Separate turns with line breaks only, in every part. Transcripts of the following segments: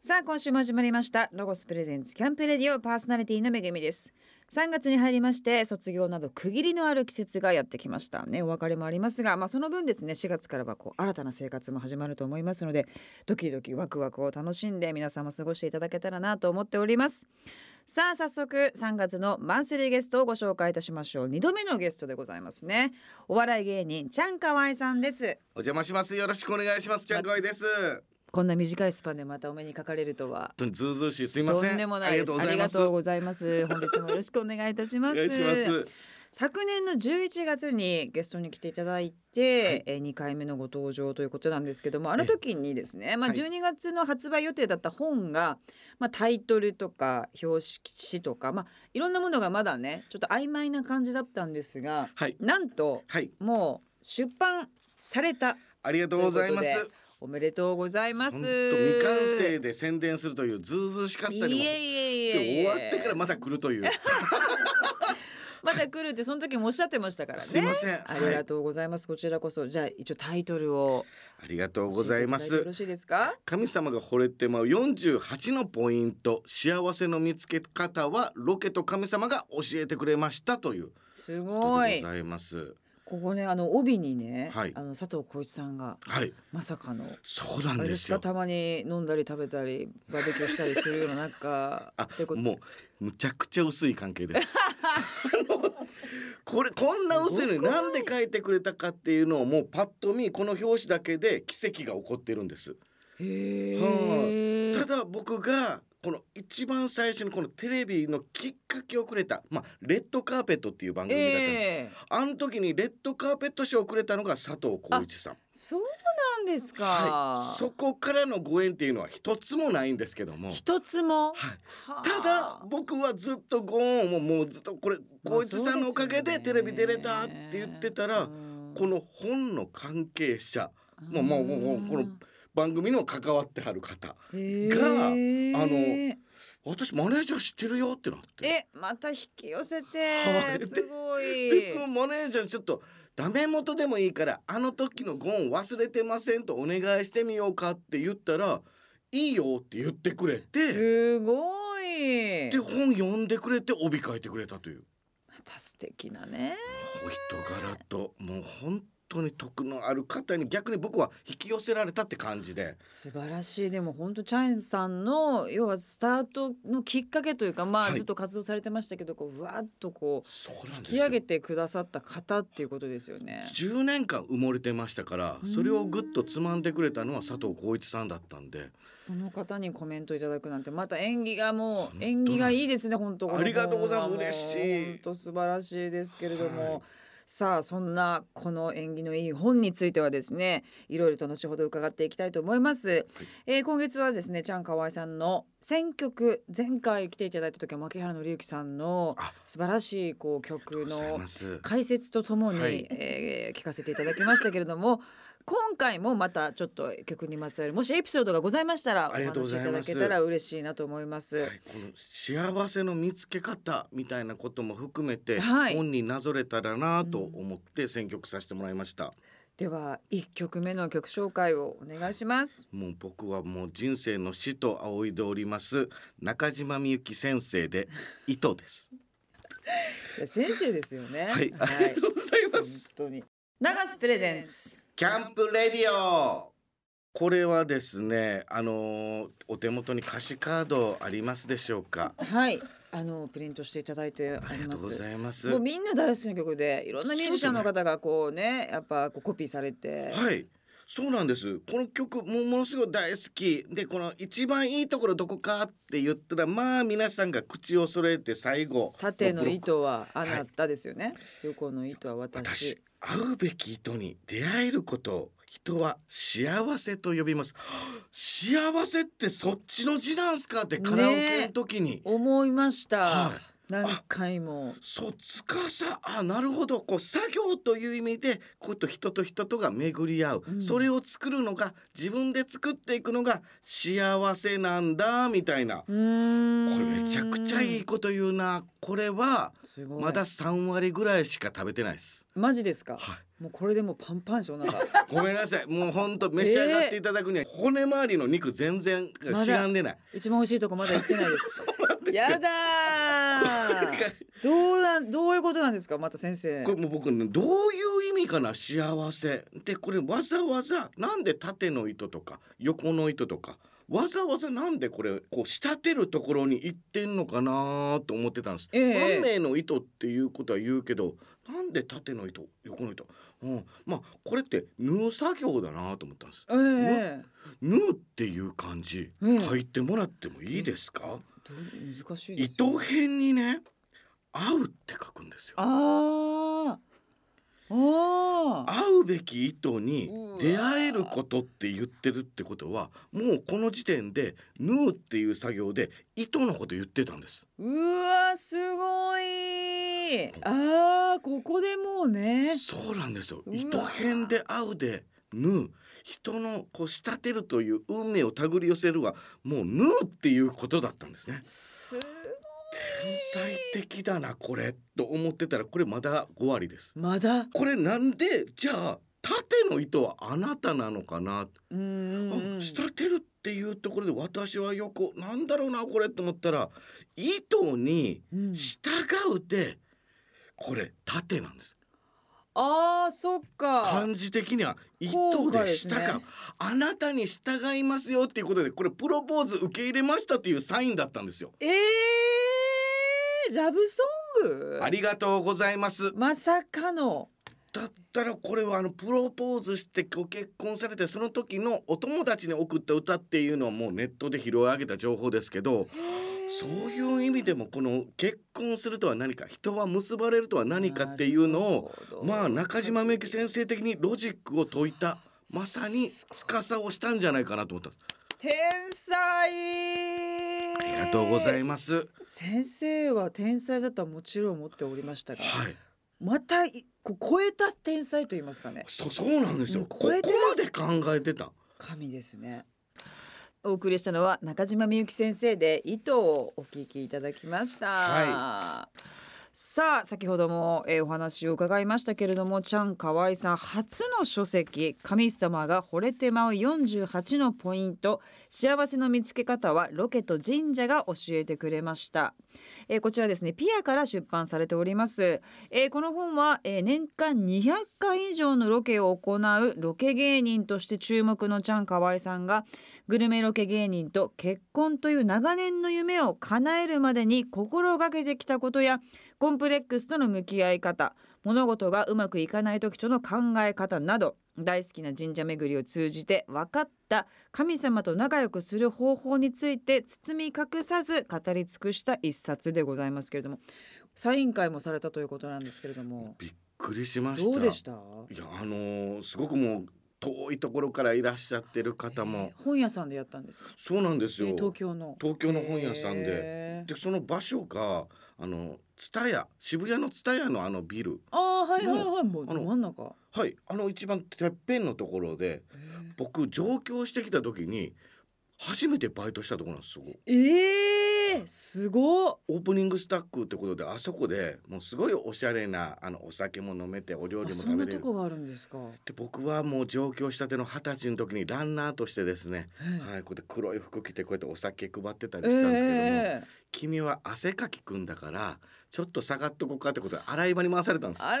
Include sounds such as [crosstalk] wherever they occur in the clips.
さあ今週も始まりましたロゴスプレゼンツキャンプレディオパーソナリティのめぐみです3月に入りまして卒業など区切りのある季節がやってきましたねお別れもありますがまあその分ですね4月からはこう新たな生活も始まると思いますのでドキドキワクワクを楽しんで皆さんも過ごしていただけたらなと思っておりますさあ早速3月のマンスリーゲストをご紹介いたしましょう2度目のゲストでございますねお笑い芸人ちゃんかわいさんです
お邪魔します。よろしくお願いします。ちゃんこいです。本
こんな短いスパンでまたお目にかかれるとは
当にずうずうしい。すいま
と
せん。
んでもないです。
あ
あ
り
り
が
がと
とう
う
ご
ございます。本日もよろしくお願いいたしま
[laughs]
す。
ざいます。お願いします。
昨年の11月にゲストに来ていただいて、えー2回目のご登場ということなんですけどもあの時にですね、まあ、
はい
12月の発売予定だった本が、まあ、タイトルとか表紙とか、まあ、いろんなものがまだねちょっと曖昧な感じだったんですが
はい。
なんと
はい。
もう出版された
ありがと
と
う
いう
ご
こと
ざ
で
います。
おめでとうございま
本
す。
当未完成で宣伝するというずうずうしかった
い
り
え
も。
いえいえいえ
で終わってからまた来るという。
まだ来るってその時もおっしゃってましたからね。
すいません
ありがとうございます。こちらこそじゃあ一応タイトルを
ありがとうございま
教えてただてよ
す
ろ。しいですか？
神様が惚れてまう48のポイント幸せの見つけ方はロケと神様が教えてくれましたという
す
こと
ご
で
い
ご。ざいます
ここねあの帯にね、
はい
あの佐藤浩市さんが
はい
まさかの。
そうなん
あれ
で
ですす
よ
かたまに飲んだり食べたりバーベキューしたりするようななんか
[laughs] あ
ってこと
もうむちゃくちゃ薄い関
[laughs]
係です。これこんな薄いのになんで書いてくれたかっていうのをもうパッと見この表紙だけで奇跡が起こってるんです。
へえ、
ただ僕がこの一番最初にこのテレビのきっかけをくれた、まあ、レッドカーペットっていう番組だったんです、
ええ
あの時にレッドカーペット賞をくれたのが佐藤浩市さん、
そうなんですか。
はい、そこからのご縁っていうのは一つもないんですけども
一つも、はあ
ただ僕はずっとご恩をもうずっとこれ
まあ
光一さんのおかげでテレビ出れたって言ってたら、この本の関係者もうもうもうもうこの番組の関わってはる方があの私マネージャー知ってるよってなって
えまた引き寄せ
はい
てすご
で
い
そのマネージャーにちょっとダメ元でもいいからあの時のご恩忘れてませんとお願いしてみようかって言ったらいいよって言ってくれて
すごい
で本読んでくれて帯書いてくれたという。
また素敵なね
お人柄ともう本当に徳のある方に逆に僕は引き寄せられたって感じで
素晴らしいでも本当チャインさんの要はスタートのきっかけというかまあ、
はい
ずっと活動されてましたけどこううわっとこう
そうなん
引
で
き
す
上
よ
げてくださった方っていうことですよね。
10年間埋もれてましたからそれをぐっとつまんでくれたのは佐藤浩一さんだったんで
その方にコメントいただくなんてまた演技がも
本当
う
だ
演技がいいですね本当
ありがとうございます
この本は
嬉しい
本当素晴らしいですけれども、
はい
さあそんなこの演技のいい本についてはですねいろいろと後ほど伺っていきたいと思います、えー今月はですねちゃんかわいさんの選曲前回来ていただいた時は牧原紀之さんの
あ
素晴らしいこう曲
ござい
の
ます
解説とともに、
はい
えー聞かせていただきましたけれども今回もまたちょっと曲にまつわるもしエピソードがございましたらお
ありがとう
話
ご
しい
ざい
ただ
ます
けたら嬉しいなと思います。
はい、この幸せの見つけ方みたいなことも含めて、
はい
本になぞれたらなと思って選曲させてもらいました、
では1曲目の曲紹介をお願いします。
もう僕はもう人生の死と仰いでおります中島みゆき先生で糸です
いや先生ですよね。
はい、ありがとうございま
本
す。
当に。長スプレゼンツ。
キャンプレディオ。これはですね、あのーお手元に歌詞カードありますでしょうか。
はい、あのプリントしていただいてあ
あり
り
が
ま
とうご
す。
ざいます。
もう
は
みんな大好きな曲で、いろんなミュージシャンの方がこうね、やっぱこうコピーされて。
い。そうなんですこの曲もものすごい大好きでこの一番いいところどこかって言ったらまあ皆さんが口を揃えて最後
縦の
ブロック
糸はあなたですよね、横の糸は私
私会うべき人に出会えることを人は幸せと呼びます幸せってそっちの字なんすかってカラオケの時に、
思いました、
は
何回も
そうつかさあなるほどこう作業という意味でこうやって人と人とが巡り合う、
うん
それを作るのが自分で作っていくのが幸せなんだみたいな、
うーん
これめちゃくちゃいいこと言うなこれは
すごい
まだ3割ぐらいしか食べてないです。
マジですか、
はい
もうこれでもうパンパンでしょお腹
ごめんなさいもうほんと召し上がっていただくには骨周りの肉全然
まだ
しがんでない、
一番美味しいとこまだ行ってない
[laughs]
ですやだ
これが
ーどうなんどういうことなんですかまた先生
これもう僕ねどういう意味かな幸せでこれわざわざなんで縦の糸とか横の糸とかわざわざなんでこれこう仕立てるところに行ってんのかなと思ってたんです、
ええ
運命の糸っていうことは言うけどなんで縦の糸横の糸、うん、まあこれって縫う作業だなと思ったんです
ええ
縫うっていう漢字
うん
書いてもらってもいいですか、
どう難しいですよ
糸編にね合うって書くんですよ
あーああ
会うべき糸に出会えることって言ってるってことはもうこの時点で縫うっていう作業で糸のこと言ってたんです
うわすごいあーここでもうね
そうなんですよ
うわ
糸編で会うで縫う人のこう仕立てるという運命を手繰り寄せるはもう縫うっていうことだったんですね
す
天才的だなこれと思ってたらこれまだ5割です
まだ
これなんでじゃあ縦の糸はあなたなのかな
うんうんうん
あ仕立てるっていうところで私はよくなんだろうなこれと思ったら糸に
うん
従うでこれ縦なんです
あーそっか
漢字的には
効
糸
果
で
です
従
ね
う、あなたに従いますよっていうことでこれプロポーズ受け入れましたっていうサインだったんですよ
えー、ラブソング
ありがとうございます
まさかの
だったらこれはあのプロポーズしてご結婚されてその時のお友達に送った歌っていうのはもうネットで拾い上げた情報ですけどそういう意味でもこの結婚するとは何か人は結ばれるとは何かっていうのを
なるほど
まあ中島みゆき先生的にロジックを解いたまさに司をしたんじゃないかなと思ったんです
天才
ありがとうござい
ま
ますは
す先生は天才だとはもちろん思っておりましたが、
い
またいこう超えた天才と言いますかね
そそうなんですよ
うん
ここ
超えてます
まで考えてた
神ですねお送りしたのは中島みゆき先生で糸をお聞きいただきました、
は
さあ先ほども、えーお話を伺いましたけれどもちゃん河合さん初の書籍神様が惚れてまう48のポイント幸せの見つけ方はロケと神社が教えてくれました、えーこちらですねピアから出版されております、えーこの本は、えー年間200回以上のロケを行うロケ芸人として注目のちゃん河合さんがグルメロケ芸人と結婚という長年の夢を叶えるまでに心がけてきたことやコンプレックスとの向き合い方物事がうまくいかない時との考え方など大好きな神社巡りを通じて分かった神様と仲良くする方法について包み隠さず語り尽くした一冊でございますけれどもサイン会もされたということなんですけれども
びっくりしました
どうでした
いやあのーすごくもう遠いところからいらっしゃってる方も、
えー本屋さんでやったんですか、
そうなんです
えー
よ、
東
東京
京の
の本屋さんで、
へー
でその場所があの蔦屋渋谷の蔦屋のあのビル
ああはいはいはいもう
あの
ど真ん中
はいあの一番てっぺんのところで僕上京してきた時に初めてバイトしたところなんですそこ
ええー、すごっ
オープニングスタッフってことであそこでもうすごいおしゃれなあのお酒も飲めてお料
あ
理も
そ
食
んな
べれ
と
る
こがあるんですか
で僕はもう上京したての二十歳の時にランナーとしてですね、はい、こうやって黒い服着てこうやってお酒配ってたりしたんですけども、
え
君は汗かきくんだからちょっと下がっとこうかってことで洗い場に回されたん
ー
ですよ。
あ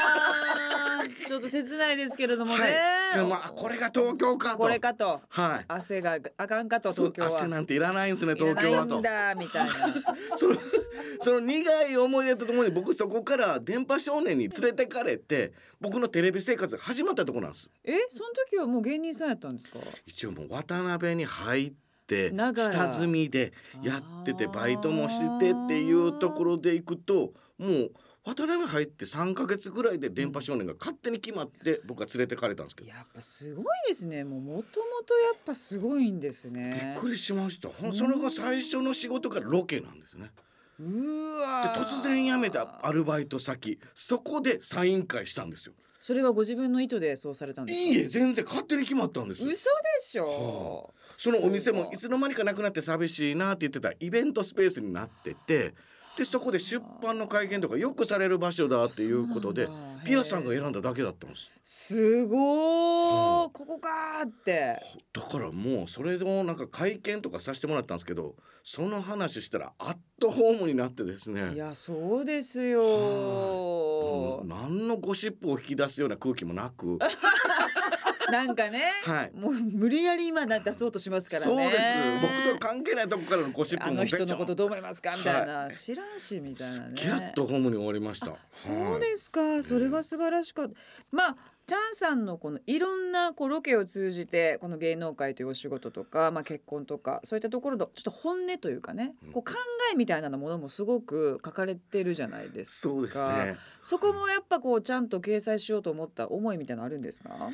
ら
[laughs]
ーちょっと切ないですけれどもね、
はい、でもまあこれが東京かと。
これかと
はい。
汗があかんかと
そう
東京は
汗なんていらないんですね東京
い
は
らない
と
んだみたいな
[laughs]
[laughs]
その [laughs] その苦い思い出とともに僕そこから電波少年に連れてかれて僕のテレビ生活が始まったところなんです
えその時はもう芸人さんやったんですか
一応もう渡辺に入って
ながら
下積みでやってて
あー
バイトもしてっていうところでいくともう渡辺入って3ヶ月ぐらいで電波少年が勝手に決まって僕は連れてかれたんですけど、
やっぱすごいですねもうもともとやっぱすごいんです
び
ね
っくりしましたほんそれが最初の仕事がロケなんですね
うわ
で
ー
突然辞めたアルバイト先そこでサイン会したんですよ
それはご自分の意図でそうされたんですか
いいえ全然勝手に決まったんです
嘘
よ
でしょ、
そのお店もい
す
つの間にかなくなって寂しいなって言ってたらイベントスペースになっててでそこで出版の会見とかよくされる場所だっていうことで
そうなんだ
ピアさんが選んだだけだったんです
すごー、ここかーって。
だからもうそれをなんか会見とかさせてもらったんですけどその話したらアットホームになってですね
いやそうですよ
もう
ー。
何のゴシップを引き出すような空気も
[laughs]
なく
なんかね、
はい
もう無理やり今な出そうとしますからね。
そうです僕とは関係ないとこからのゴシップ
あ
も
の
べちゃ
人
ん
のことどう思いますかみたいな、
は
知らんしみたいなね。
ギャッとホームに終わりました
そう
はい
ですか、それは素晴らしかった。まあチャンさんのこのいろんなこうロケを通じてこの芸能界というお仕事とか、まあ、結婚とかそういったところのちょっと本音というかね、こう考えみたいなものもすごく書かれてるじゃないですか。
そうですね
そこもやっぱこうちゃんと掲載しようと思った思いみたいなのあるんですか。
あ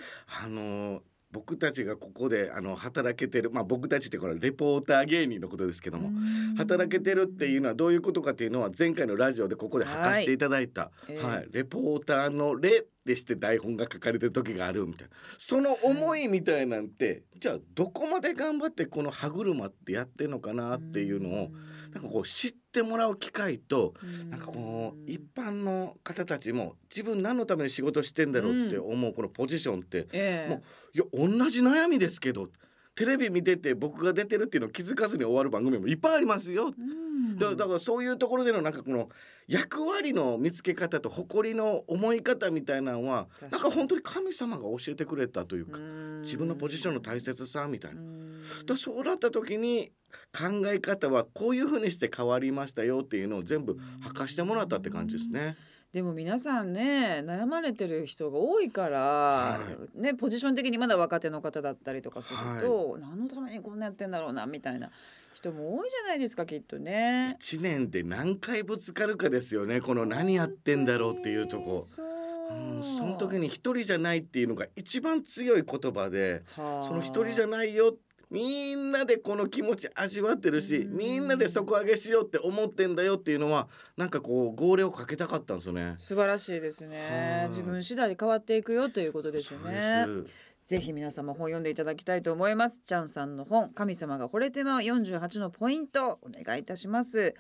の僕たちがここであの働けてるまあ僕たちってこれレポーター芸人のことですけども働けてるっていうのはどういうことかっていうのは前回のラジオでここで吐かせていただい
は
た、はいい
えー
レポーターの「レ」ってして台本が書かれてる時があるみたいなその思いみたいなんて、じゃあどこまで頑張ってこの歯車ってやってんのかなっていうのをなんかこう知ってもらう機会と
うん
なんかこう一般の方たちも自分何のために仕事してんだろうって思うこのポジションって
ええ
もいや同じ悩みですけどテレビ見てて僕が出てるっていうのを気づかずに終わる番組もいっぱいありますよ。
うん
だだからそういうところでのなんかこの役割の見つけ方と誇りの思い方みたいなのは
確か
なん
に
か本当に神様が教えてくれたという
う
か
ん
自分のポジションの大切さみたいな。
うん
だそうなった時に考え方はこういうふうにして変わりましたよっていうのを全部吐かしてもらったって感じですね。
でも皆さんね悩まれてる人が多いから、ね、ポジション的にまだ若手の方だったりとかすると、何のためにこんなやってんだろうなみたいな人も多いじゃないですかきっとね。
1年で何回ぶつかるかですよねこの何やってんだろうっていうとこ。
そう
うんその時に一人じゃないっていうのが一番強い言葉でその一人じゃ
な
ないよみんなでこの気持ち味わってるし
うん
みんなで底上げしようって思ってんだよっていうのはなんかこう号令をかけたかったんですよね。
素晴らしいですね
はい
自分次第で変わっていくよということですよね。
そうです
ぜひ皆様本読んでいただきたいと思います。ちゃんさんの本神様が惚れてまう48のポイントお願いいたします。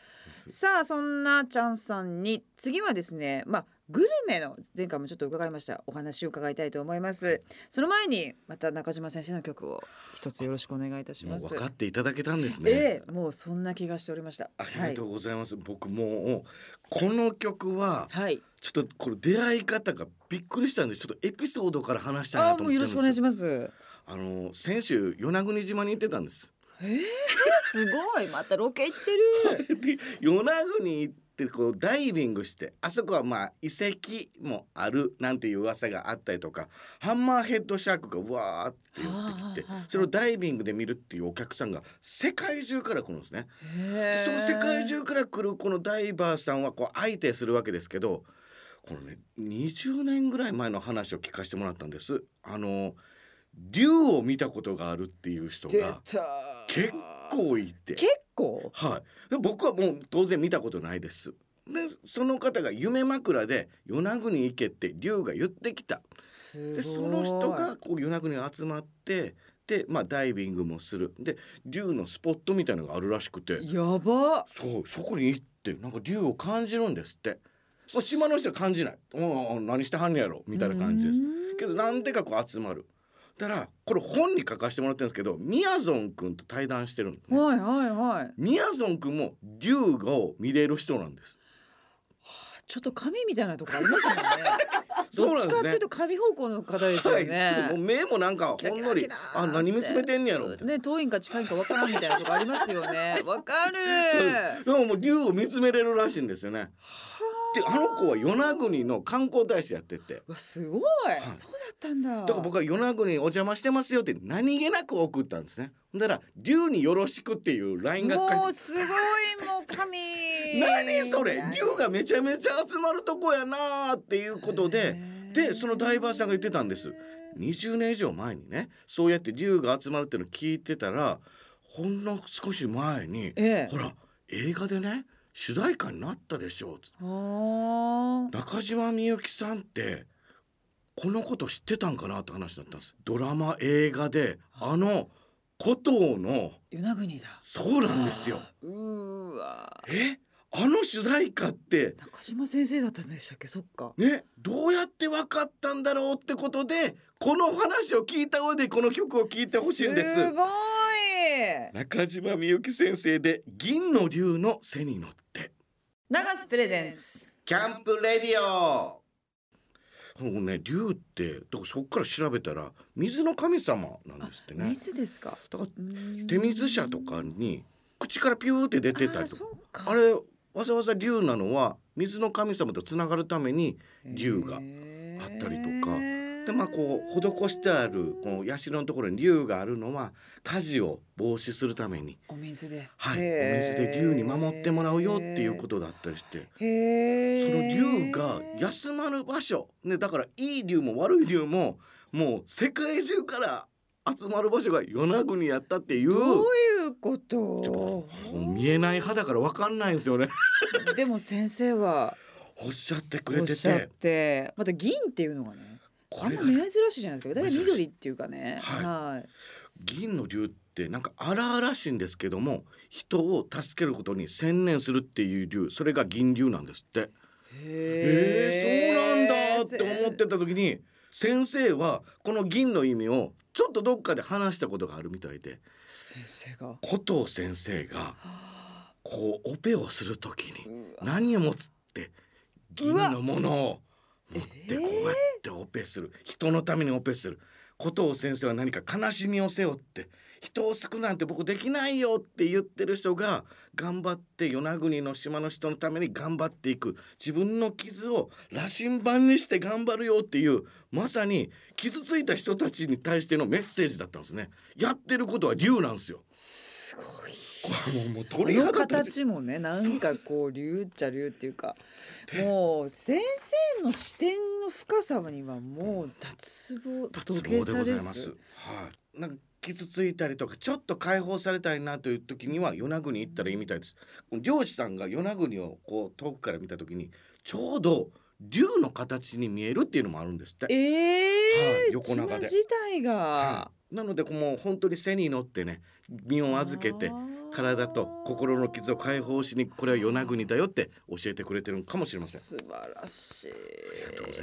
さあそんなちゃんさんに次はですねまあグルメの前回もちょっと伺いましたお話を伺いたいと思います。その前にまた中島先生の曲を一つよろしくお願いいたし
も
ま
う
す。
分かっていただけたんですね。
ええもうそんな気がしておりました。
ありがとうございます。僕もうこの曲は
はい。はい。
ちょっとこれ出会い方がびっくりしたんでちょっとエピソードから話したい
あ
な
あ
と
も
思っ
う
て
よ
る
ろ
んで
し
す
くお願いします。
あの先週与那国島に行ってたんです。
すごいまたロケ行ってる。
で与那国行ってこうダイビングしてあそこはまあ遺跡もあるなんていう噂があったりとかハンマーヘッドシャークがわーって寄ってきて
はあはあはあ
それをダイビングで見るっていうお客さんが世界中から来るんですね。
へ
[laughs] で
え
その世界中から来るこのダイバーさんはこう相手するわけですけどこのね20年ぐらい前の話を聞かせてもらったんです。あの竜を見たことがあるっていう人
出
が
た
結構いて
結構。
はい、で僕はもう当然見たことないです。でその方が夢枕で「与那国行け」って龍が言ってきた
すごい
でその人がこう与那国に集まってで、まあ、ダイビングもするで龍のスポットみたいのがあるらしくて
やば
そうそこに行ってなんか龍を感じるんですってもう島の人は感じない「おうおう何してはんねやろ」みたいな感じです
うん
けどなんでかこう集まるだからこれ本に書かせてもらってるんですけどみやぞん君と対談してるんですね
はいはいはい
みやぞんくんも竜を見れる人なんです。
ちょっと紙みたいなとこありますよね
[laughs] そう
どっ
な
ち
ん
か
で
って
すね
いうと紙方向の方ですよね、
はい、そうもう目もなんか
キラ
ほ
キ
ん
ラ
のり
キラーって
あ何見つめてんねやろみたいな。
ね遠いんか近いんかわからんみたいなとこありますよ
[laughs]
ねわかる
そうでももう竜を見つめれるらしいんですよね。であの子は与那国の観光大使やってて。
うわすごい、
い
そうだったんだ
だから僕は与那国にお邪魔してますよって何気なく送ったんですね。だから竜によろしくっていうラインが
も
書
う
いて。
すごいもう紙
[laughs] 何それ
何
竜がめちゃめちゃ集まるとこやなーっていうことででそのダイバーさんが言ってたんです20年以上前にねそうやって竜が集まるっていうのを聞いてたらほんの少し前に、
ええ
ほら映画でね主題歌になったでしょうつって
あー
中島みゆきさんってこのこと知ってたんかなって話だったんですドラマ映画であの古藤の
与那国だ
そうなんですよ
うーわ
えあの主題歌って
中島先生だったんでしたっけそっか
ねどうやって分かったんだろうってことでこの話を聞いた上でこの曲を聴いてほしいんです
すごい
中島みゆき先生で銀の竜の背に乗って
長スプレゼンツ
キャンプレディオもうね竜ってだからそっから調べたら水の神様なんですってね
水ですか
だから
うーん
手水車とかに口からピューって出てたりと
あ
か
ーそうか
あれわざわざ竜なのは水の神様とつながるために竜があったりとかでまあこう施してあるこの社のところに竜があるのは火事を防止するために、
お水で
はい、
へー
お水で竜に守ってもらうよっていうことだったりして。
へ
その
ー
竜が休まぬ場所、ね、だからいい竜も悪い竜ももう世界中から集まる場所が与那国やったっていう
どういうこ
ちょ
と
もう見えない肌から分かんないんですよね
でも先生は
[laughs] おっしゃってく
お
れ
ってしゃっててまた銀っていうのがね
こ
あん
れ
ま
が
珍しいじゃないですかだいたい
珍しい
緑っていうかね
はい
はい
銀の竜ってなんか荒々しいんですけども人を助けることに専念するっていう竜それが銀竜なんですって。えー、そうなんだって思ってた時に先生はこの銀の意味をちょっとどっかで話したことがあるみたいで
て先生が
古藤先生がこうオペをするときに
うわ
何を持つって銀のものを持って
うわ
こうやってオペする、人のためにオペする古藤先生は何か悲しみを背負って人を救うなんて僕できないよって言ってる人が頑張って与那国の島の人のために頑張っていく自分の傷を羅針盤にして頑張るよっていうまさに傷ついた人たちに対してのメッセージだったんですねやってることは竜なんですよ
すごい
これもうもう鳥
の
肌立ち
形もねなんかこう竜っちゃ竜っていうかもう先生の視点の深さにはもう脱帽
脱
土下
帽で
座
ござ
で
いますす。はい。なんか傷ついたりとかちょっと解放されたいなという時には与那国行ったらいいみたいです。この漁師さんが与那国をこう遠くから見た時にちょうど竜の形に見えるっていうのもあるんですって。
ええ
はい
ー、
横長
島
で
自体が
はいなのでこうもう本当に背に乗ってね身を預けて
あー
体と心の傷を解放しにこれは与那国だよって教えてくれてるのかもしれません。
素晴らしい。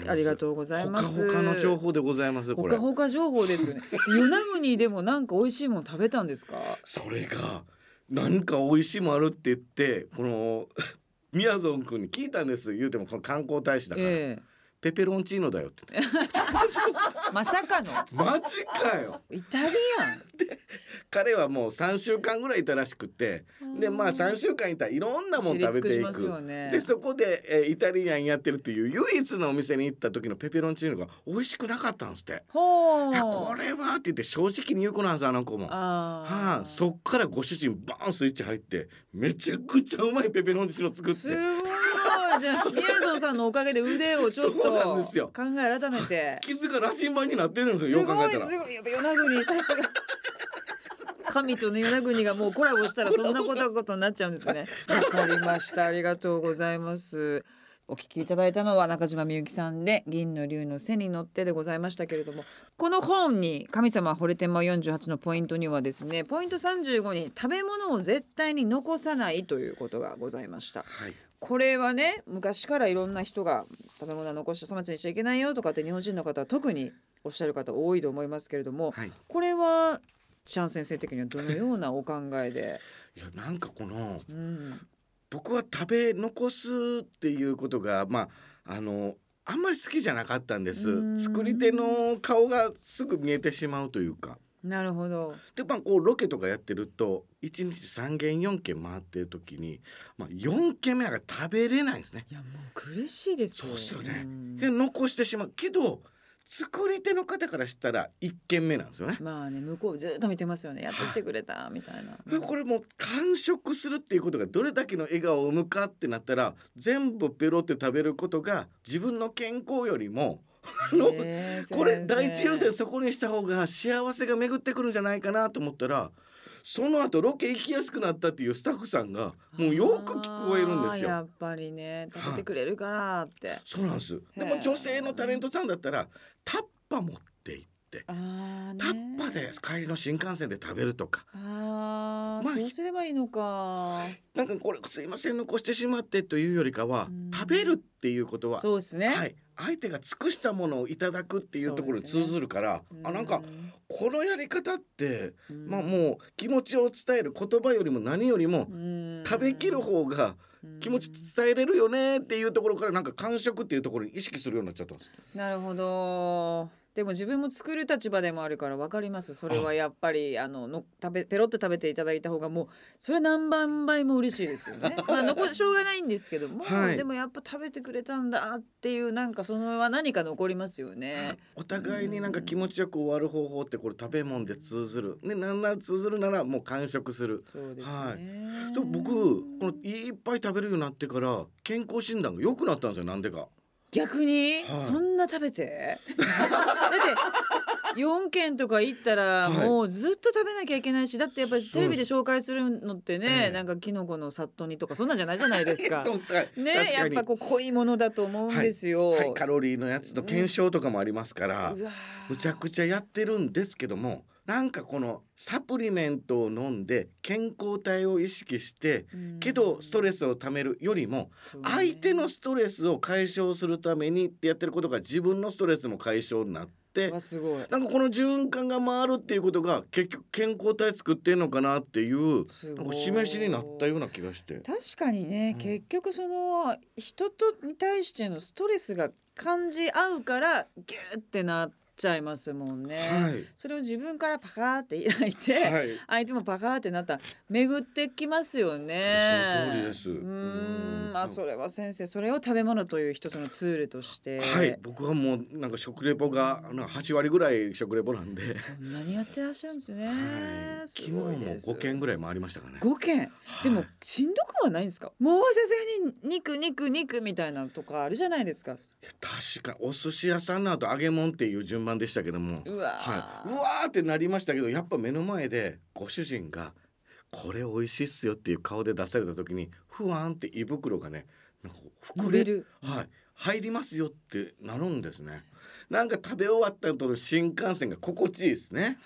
あ
あり
り
が
が
とうござい
ほ
ま
か
す。
ほかの情。報でございます
ほ
これ
か。ほか情報ですよ
[laughs]
ね。与那国でもなんか美味しいもの食べたんですか。
それが何か美味しいもんあるって言ってこの [laughs] みやぞん君に聞いたんです言うてもこの観光大使だから、
ええ
ペペロンチーノだよって
[laughs]
言って
まさかの
マジかよ
イタリアン。
彼はもう3週間ぐらいいたらしくてでまあ3週間いたらいろんなもん食べてい
知り尽くしますよ
く、
ね
でそこで、えーイタリアンやってるっていう唯一のお店に行った時のペペロンチーノが美味しくなかったんですって
ほう
いや。これはって言って正直に言う子なんですあの子も。
あ
は
あ。
あ、そっからご主人バーンスイッチ入ってめちゃくちゃうまいペペロンチーノ作っ
す
て
ごい。じゃあみやぞんさんのおかげで腕をちょっ
そうな
と
ん
考
で
え
すよ
改めて。
傷が羅針盤になってるんです
す
よよう考
ご
え
い
たら
すごいやっぱ与那国さす [laughs] が。神とね与那国がもうコラボしたらそんなことことになっちゃうんですね。 [laughs] わかりましたありがとうございます。お聞きいただいたのは中島みゆきさんで銀の竜の背に乗ってでございましたけれどもこの本に神様惚れてま48のポイントにはですねポイント35に食べ物を絶対に残さないということがございました
はい
これはね昔からいろんな人が食べ物は残して粗末にしちゃいけないよとかって日本人の方は特におっしゃる方多いと思いますけれども、
はい
これはシャン先生的にはどのようなお考え
[laughs]
で、
いやなんかこの
うん、
僕は食べ残すっていうことがまああのあんまり好きじゃなかったんで
うーん
す作り手の顔がすぐ見えてしまうというか
なるほど
でまあこうロケとかやってると1日3軒4軒回ってる時に、まあ、4軒目が食べれないんですね
いやもう苦しいです
そうですよね
ん
で残してしまうけど作り手の方からしたら1軒目なんですよね。
まあね向こうずっと見てますよねやっと来てくれたみたいな、
これもう完食するっていうことがどれだけの笑顔を生むかってなったら全部ペロって食べることが自分の健康よりもの
ねえ
これ
先生
第一優先そこにした方が幸せが巡ってくるんじゃないかなと思ったらその後ロケ行きやすくなったっていうスタッフさんがもうよく聞こえるんです
あー
よ。
やっぱりね食べてくれるからって、
そうなんです
へ
で
ー
も女性のタレントさんだったらタッパ持って行っって
あーね
タッパで帰りの新幹線で食べるとか
あー、
まあ
そうすればいいのか
なんかこれすいません残してしまってというよりかは
うん
食べるっていうことは、
そうですね、
はい、相手が尽くしたものをいただくっていうところに通ずるから、あなんかこのやり方って、
うん
まあもう気持ちを伝える言葉よりも何よりも
うん
食べきる方が気持ち伝えれるよねっていうところからなんか感触っていうところに意識するようになっちゃったんです。
なるほどでも自分も作る立場でもあるから分かりますそれはやっぱりあのの食べペロッと食べていただいた方がもうそれは何万倍も嬉しいですよ
[laughs]
ねまあ残ししょうがないんですけども、
はい
でもやっぱ食べてくれたんだっていうなんかそのは何か残りますよね
お互いになんか気持ちよく終わる方法ってこれ食べ物で通ずる。ね、なんなら通ずるならもう完食する。
そうですよね、
でも僕このいっぱい食べるようになってから健康診断が良くなったんですよなんでか。
逆に、
はい
そんな食べて
[laughs]
だって4軒とか行ったら
はい
もうずっと食べなきゃいけないしだってやっぱりテレビで
そう
紹介するのってね、
ええ
なんかキノコのサッと煮とかそんなんじゃないじゃないですか
[laughs] そう。はい
ね
確
や
か
っ
に
ぱこう濃いものだと思うんですよ。
はい、カロリーのやつの検証とかもありますから、
うわー
むちゃくちゃやってるんですけどもなんかこのサプリメントを飲んで健康体を意識して
うん
けどストレスをためるよりも
そうね
相手のストレスを解消するためにってやってることが自分のストレスも解消になって
わすごい
なんかこの循環が回るっていうことが結局健康体作ってんのかなっていう
すご
ないんか示しになったような気がして。
確かにね、
うん
結局その人とに対してのストレスが感じ合うからギューってなっちゃいますもんね。
はい
それを自分からパカーって開いて、
はい
相手もパカーってなったら巡ってきますよね。
その通りです
うー、
うんん
まあそれは先生、それを食べ物という一つのツールとして。
はい、僕はもうなんか食レポがなんか8割ぐらい食レポなんで、はい、
そんなにやってらっしゃるんですね。
昨
す
日
ご
も
いです
5件ぐらい回りましたかね。
5件でも
はい
しんどくはないんですかもうさすがに肉肉肉みたいなのとかあるじゃないですか
確かお寿司屋さんの後揚げ物っていう順番でしたけども、
うわー、
はい、うわーってなりましたけどやっぱ目の前でご主人が「これ美味しいっすよ」っていう顔で出された時に不安って胃袋がねなんか
伸
膨
び
れ
る
はい、入りますよってなるんですね。なんか食べ終わった後の新幹線が心地いいですね。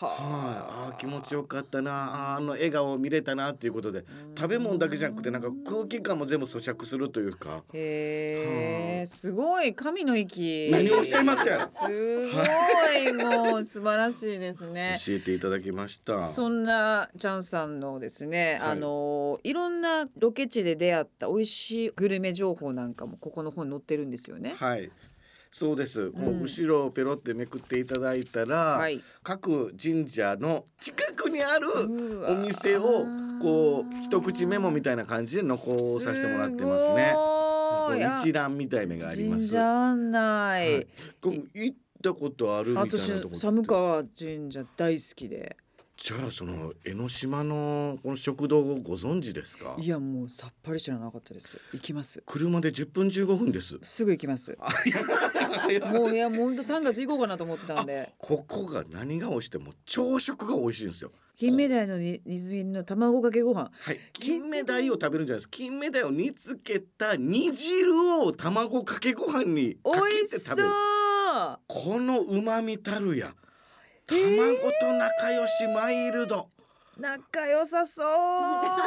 はい、あー気持ちよかったなあーあの笑顔を見れたなっていうことで食べ物だけじゃなくてなんか空気感も全部咀嚼するというか
へ
は
え、すごい神の域。
何をおっしゃいますやら
すごい、もう素晴らしいですね。
教えていただきました
そんなチャンさんのですね、
はい
あのいろんなロケ地で出会った美味しいグルメ情報なんかもここの本に載ってるんですよね。
はいそうです、も
うん
う後ろをペロってめくっていただいたら、
はい
各神社の近くにある
うわ
お店をこう一口メモみたいな感じで残させてもらってますねこう一
覧
覧みたいなのがありま
神
す
社案内。
はいこう行ったことあるみたいなとこ
私
って
寒川神社大好きで
じゃあその江ノ島のこの食堂をご存知ですか
いやもうさっぱり知らなかったです行きます
車で10分15
[laughs]
分です
すぐ行きますもういやもうほんと3月行こうかなと思ってたんで
ここが何が美味しくても朝食が美味しいんですよ
金目鯛のに水煮の卵かけご飯
はい金目鯛を食べるんじゃないです金目鯛を煮つけた煮汁を卵かけご飯に
美
か
味
け
してそ
食べる
う
この旨味たるや
え
卵
ー
と仲良しマイルド、
仲良さそう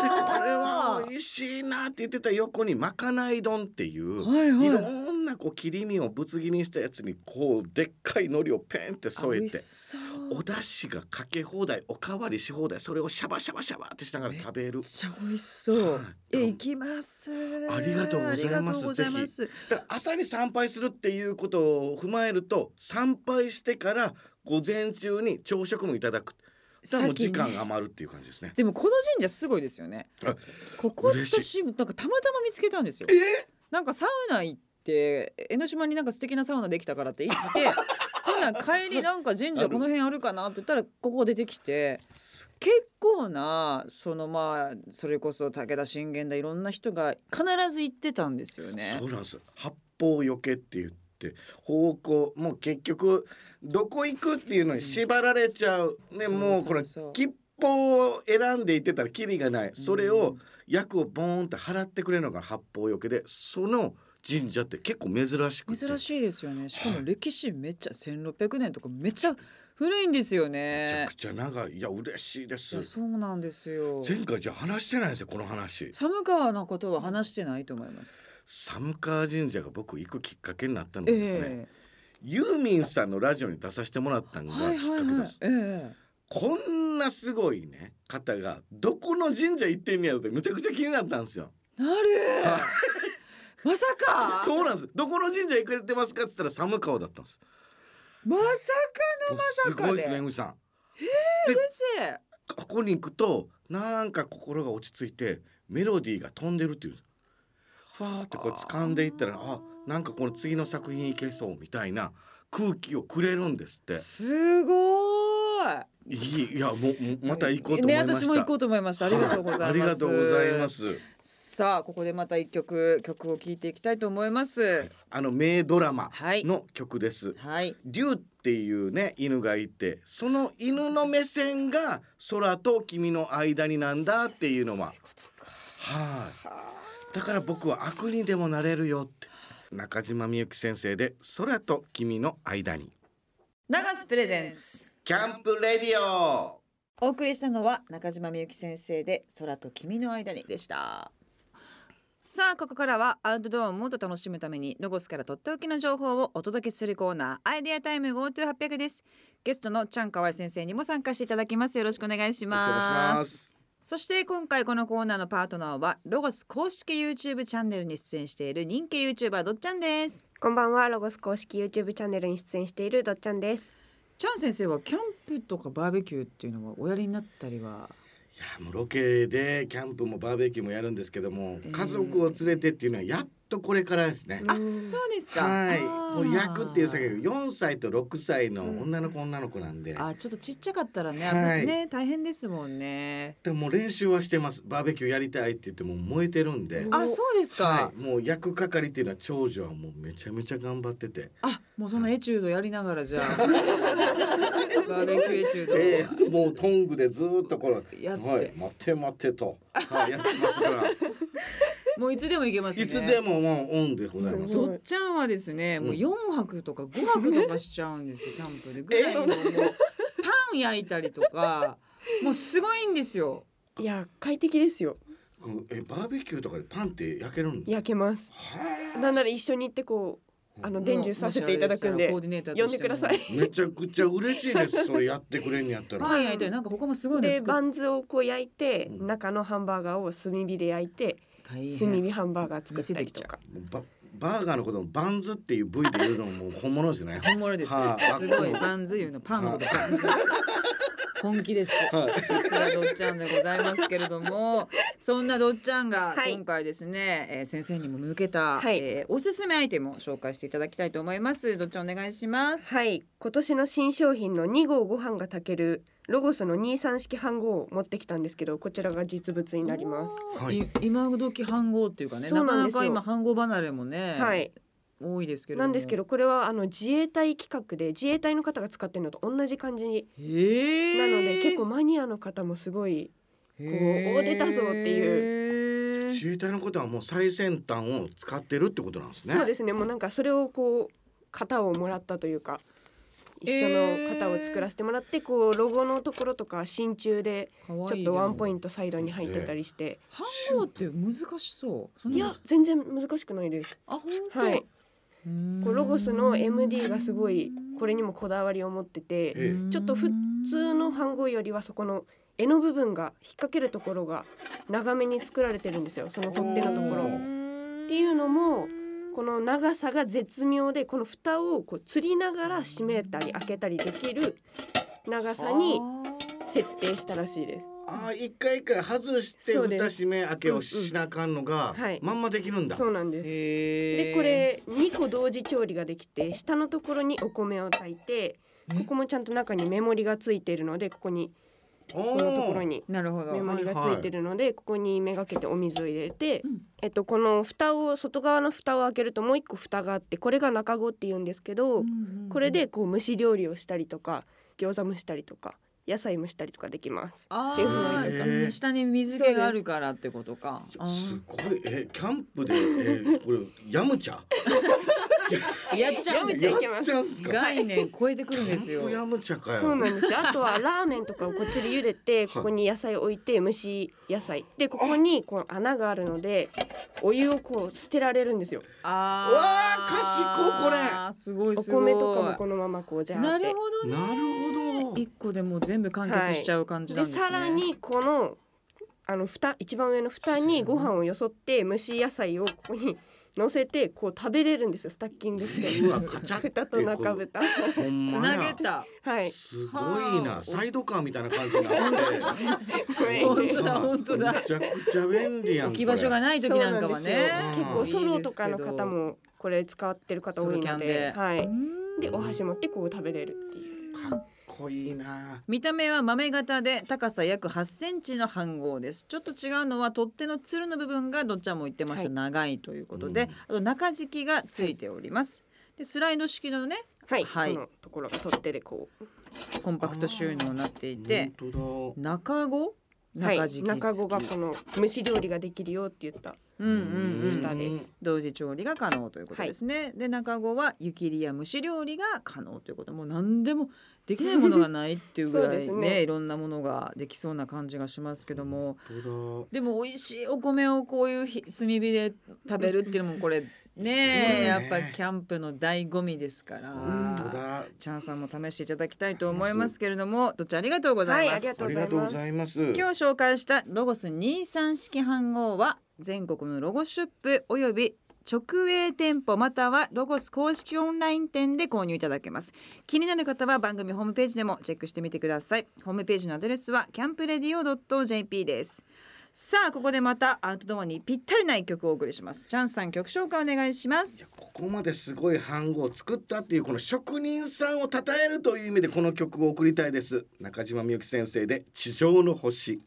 でこれは美味しいなって言ってた横にまかない丼っていう、
はいはい
いろんなこう切り身をぶつ切りにしたやつにこうでっかい海苔をペンって
あ
添
美
え
味
て
しそう
お出汁がかけ放題おかわりし放題それをシャバシャバシャバってしながら食べ
め
る
っちゃ美味しそう
はい
え行きます
ありがとう
あ
ございます
りがとうございます
だから朝に参拝するっていうことを踏まえると参拝してから午前中に朝食もいただくだからもう時
先に
間
ね
余るっていう感じですね
でもこの神社すごいですよね
あ。
ここ
嬉し
私なんかたまたま見つけたんですよ。なんかサウナ行って江ノ島になんか素敵なサウナできたからって行って、
[laughs]
ほんなら帰りなんか神
あ
社
る
この辺あるかなって言ったらここ出てきて、結構なそのまあそれこそ武田信玄だいろんな人が必ず行ってたんですよね
そ。うなんです八方よけって言って方向もう結局どこ行くっていうのに縛られちゃう、ね
そう
もうこれ
そうそう
吉報を選んでいってたらキリがないそれ
う
を
ん
役をボーンと払ってくれるのが八方よけでその神社って結構珍しくて
珍しいですよねしかも歴史めっちゃ1600年とかめっちゃ古いんですよ
めちゃ
ね
くちゃ長いいや嬉しいで
い
す
やそうなんですよ
前回じゃあ話してないんですよこの話
寒川のことは話してないと思います
寒川神社が僕行くきっかけになったのがですね、
え
ユーミンさんのラジオに出させてもらった
え
のが
は
き
い
っ
は
か
い
け
は
で
い
す、
ええ
こんなすごいね方がどこの神社行ってんねやろってむちゃくちゃ気になったんですよ
な
は
るまさか
そうなんですどこの神社行かれてますかっつったら寒川だったんです
まさ
す
さかで
ごいですね江口さん
か嬉しい
ここに行くとなんか心が落ち着いてメロディーが飛んでるっていうふわーってこう掴んでいったらあなんかこの次の作品いけそうみたいな空気をくれるんですって
すごーい
いいいやもうもうまた行こうと思いまし
ね、私
た、
も行こうと思いました。ありがとうございます。
ありがとうございま。す
さあ、ここでまた一曲、曲を聴いていきたいと思います。
あの名ドラマ
はい
の曲です、
はい。
竜っていうね犬がいてその犬の目線が空と君の間になんだっていうのははい、だから僕は悪にでもなれるよって中島みゆき先生で空と君の間に
長スプレゼンツ。
キャンプレディオ
お送りしたのは中島みゆき先生で空と君の間にでしたさあここからはアウトドアをもっと楽しむためにロゴスからとっておきの情報をお届けするコーナーアイデアタイム GoTo800 ですゲストのちゃんかわい先生にも参加していただきますよろしくお願いし
お邪魔し
ま
ますす
そして今回このコーナーのパートナーはロゴス公式 YouTube チャンネルに出演している人気 YouTuber どっちゃんです
こんばんはロゴス公式 YouTube チャンネルに出演しているどっちゃんです
ちゃん先生はキャンプとかバーベキューっていうのはおやりになったりはい
やもうロケでキャンプもバーベキューもやるんですけども、
えー
家族を連れてっていうのはやっとこれからですね、
あ、
う
そうんですかあ
は
ー
いもう役っていう作業4歳と6歳の女の子女の子なんで、
あちょっとちっちゃかったらね、
はい
ね大変ですもんね。
でももう練習はしてますバーベキューやりたいって言ってもう燃えてるんで
お
あそうですか。
はい、もう役係っていうのは長女はもうめちゃめちゃ頑張ってて、
あもうそのエチュードやりながらじゃ
[laughs]
あバーベキューエチュードを。
えーもうトングでずーっとこの
やって
はい、待て待てと、
[laughs]
はい、やってますから
もういつでも行けますね。
いつでももうオンでございます
すごい
どっちゃんはですね、もう四泊とか五泊とかしちゃうん
[laughs]
ですよキャンプで。ぐらいのもうパン焼いたりとか、もうすごいんですよ。
いや快適ですよ
このえバーベキューとかでパンって焼けるんだ
焼けます
は
なんなら一緒に行ってこうあの伝授させていただくんで
もうもしあれしたら
呼んでください。
あめちゃくちゃ嬉しいですそれやってくれんのやったら
[laughs]
パン焼いたりなんか他もすごいの
で
作
バ
っ
ンズをこう焼いて
うん
中のハンバーガーを炭火で焼いて
大
炭
変。
火ハンバーガー作ったりとか
もうババーガーのことをバンズっていう部位で言うのももう本物ですね
本物です
は。い
すごいバンズいうのパンのことバンズ。本気です。
はい
さすがどっちゃんでございますけれども、そんなどっちゃんが
はい
今回ですね、えー先生にも向けた、
はい
えーおすすめアイテムを紹介していただきたいと思います。どっちゃんお願いします。
はい今年の新商品の2号ご飯が炊けるロゴスの23式飯合を持ってきたんですけどこちらが実物になります
おー
はい
い今時飯合っていうかね、
そ
な
う
か
なん
な
です
か
よ
今飯合離れもね、
はい
多いですけれども。
なんですけどこれはあの自衛隊企画で自衛隊の方が使ってるのと同じ感じに
へ
な
ー、
ので結構マニアの方もすごい
こ
こうお出たぞって
いう
自衛隊のことはもう最先端を使ってるってことなんですね
そうですねもうなんかそれをこう型をもらったというか一緒の型を作らせてもらって、こうロゴのところとか真鍮で
ちょ
ちょっとワンポイ
ン
ントサイドに入ってたりして
ト飯合って難しそう。そん
い
な
や全然難しくないです。
あ本当。
はい、こ
こ
うロゴスの MD がすごいこれにもこだわりを持ってて
え
ちょっと普通の飯合よりはそこの柄の部分が引っ掛けるところが長めに作られてるんですよその取っ手のところ。っていうのもこの長さが絶妙でこの蓋をこう吊りながら閉めたり開けたりできる長さに設定したらしいです。
ああ一回一回外して
そうです
蓋閉め開けをしなあかんのが、
うんうんはい
まんまできるんだ。
そうなんです。
で
でこれ2個同時調理ができて下のところにお米を炊いてここもちゃんと中に目盛りがついているのでここに
お
こ
ー
のところに
なるほど
目盛りがついてるのでここにめがけてお水を入れて
うん
えっとこの蓋を外側の蓋を開けるともう一個蓋があってこれが中子って言うんですけ
うんう
ど
んうん
これでこう蒸し料理をしたりとか餃子蒸したりとか野菜蒸したりとかできます
あ
シェフの
いいですか
ーうん下に水気があるからってことか。あ
す
ー
ごいえキャンプでえこれヤムチャ
やっちゃうんです
や
よ
っ。ちゃいけます
んすか。
概念超えてくるんです
キャン
よ
プ。ヤムチャかよ。
そうなんですよあとはラーメンとかをこっちで茹でて
い
ここに野菜を置いて蒸し野菜でここにこう穴があるのでお湯をこう捨てられるんですよ
あ
うわー賢
賢いこれ。すごい
お
すごい。
米とかもこのままこうじゃー
な
って
るほど
な
ね。
るほど。
一個でもう全部完結しちゃう感じなんですね。
さらにこのあの蓋一番上の蓋にご飯をよそって蒸し野菜をここに乗せてこう食べれるんですよスタッキングして
うわカチャって
[laughs] 蓋と中蓋
ほん
つ
ま
な
や
げ。た。
はい
すごい
はあ
なサイドカーみたいな感じになっ
[laughs]
て。
本当だ本当だ
めちゃくちゃ便利やん。
置き場所が
ね。
ない時なんかはね
そう
結
なん
構
です
ソロとかの方もこれ使ってる方
ソ
多
ロ
い
キャ
の
ン
で
で、
はい、
うん
でお箸持ってこう食べれるっていう
かっこいいな。
見た目は豆型で高さ約8センチの飯盒ですちょっと違うのは取っ手のつるの部分がどっちゃんも言ってました、
はい
長いということで、あと中敷きがついております、でスライド式のね
はい、
はい
このところが取っ手でこう
コンパクト収納になっていて
本当だ。
中子
はい
中敷き付き、
中子がこの蒸し料理ができるよって言った
うんうんうん
蓋です
同時調理が可能ということですね、で中子は湯切りや蒸し料理が可能ということもう何でもできないものがないっていうぐら
そう
いね
ですね
いろんなものができそうな感じがしますけども、
本
でも美味しいお米をこういうひ炭火で食べるっていうのもこれ
そう
ねえ
ね
やっぱキャンプの醍醐味ですか
当だ。本当
ら。
だ。
チャンさんも試していただきたいと思いますけれども、どっちありがとうござい
は
ま
いありが
す
と。
ありがとうございます。
今日紹介したロゴス23式飯号は全国のロゴショップおよび直営店舗またはロゴス公式オンライン店で購入いただけます気になる方は番組ホームページでもチェックしてみてくださいホームページのアドレスはキャンプレディオ .jp ですさあここでまたアウトドアにぴったりな一曲をお送りしますチャンスさん曲紹介お願いします
ここまですごい飯盒を作ったっていうこの職人さんを称えるという意味でこの曲を送りたいです中島みゆき先生で地上の星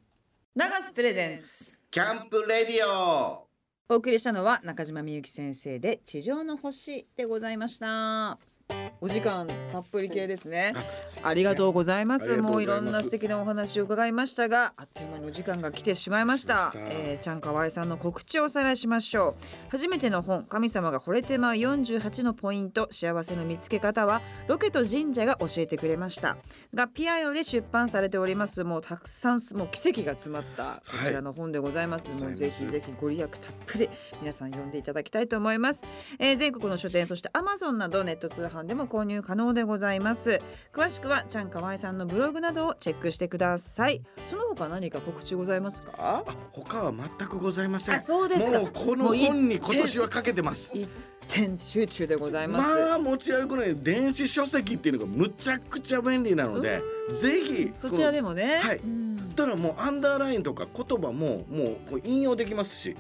ラガスプレゼンツ
キャンプレディオ
お送りしたのは中島みゆき先生で地上の星でございましたお時間たっぷり系ですねありがとうございま
あ
す
りがとうございます
もういろんな素敵なお話を伺いましたがあっという間にお時間が来てしまいました
しました
えーちゃんかわいさんの告知をおさらいしましょう初めての本神様が惚れてまう48のポイント幸せの見つけ方はロケと神社が教えてくれましたがピアより出版されておりますもうたくさんもう奇跡が詰まったこちらの本でございます、
はい
もうぜひぜひご利益たっぷり皆さん読んでいただきたいと思います、えー全国の書店そして Amazon などネット通販でも購入可能でございます詳しくはちゃんかわいさんのブログなどをチェックしてくださいその他何か告知ございますか
あ他は全くございません
あそうですか
もうこの
もう一点
本に今年はかけてます
一点集中でございます、
まあ持ち歩くのに電子書籍っていうのがむちゃくちゃ便利なのでぜひ
そちらで
も
もね、
はい
うん
たらもうアンダーラインとか言葉ももうこう引用できますし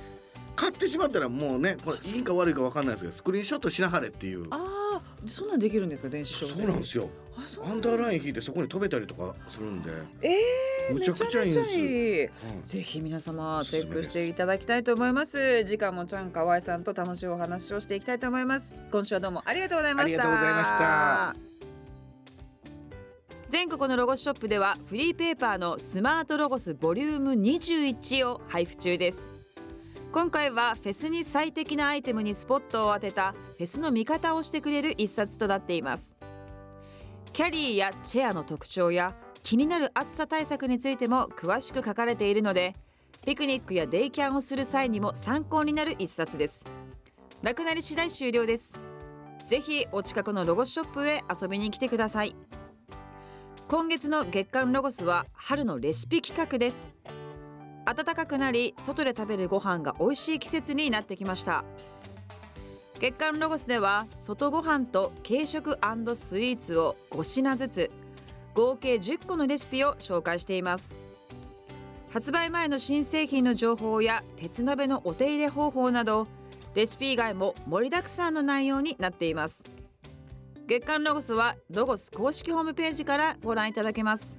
買ってしまったらもうねこれいいか悪いかわかんないですけどスクリーンショットしなはれっていう
ああそんなんできるんですか電子書
そうなんですよ
あそう
アンダーライン引いてそこに飛べたりとかするんで、
えー、
むちゃくちゃいいんです
めちゃめちゃいい
うん
ぜひ皆様
おす
チ
す
ェ
め
ック
で
し
す
ていただきたいと思います時間もちゃんかわいさんと楽しいお話をしていきたいと思います今週はどうもありがとうございました
ありがとうございました
全国のロゴスショップではフリーペーパーのスマートロゴスボリューム21を配布中です今回はフェスに最適なアイテムにスポットを当てたフェスの見方をしてくれる一冊となっていますキャリーやチェアの特徴や気になる暑さ対策についても詳しく書かれているのでピクニックやデイキャンをする際にも参考になる一冊ですなくなり次第終了ですぜひお近くのロゴスショップへ遊びに来てください今月の月間ロゴスは春のレシピ企画です暖かくなり外で食べるご飯が美味しい季節になってきました月間ロゴスでは外ご飯と軽食スイーツを5品ずつ合計10個のレシピを紹介しています発売前の新製品の情報や鉄鍋のお手入れ方法などレシピ以外も盛りだくさんの内容になっています月間ロゴスはロゴス公式ホームページからご覧いただけます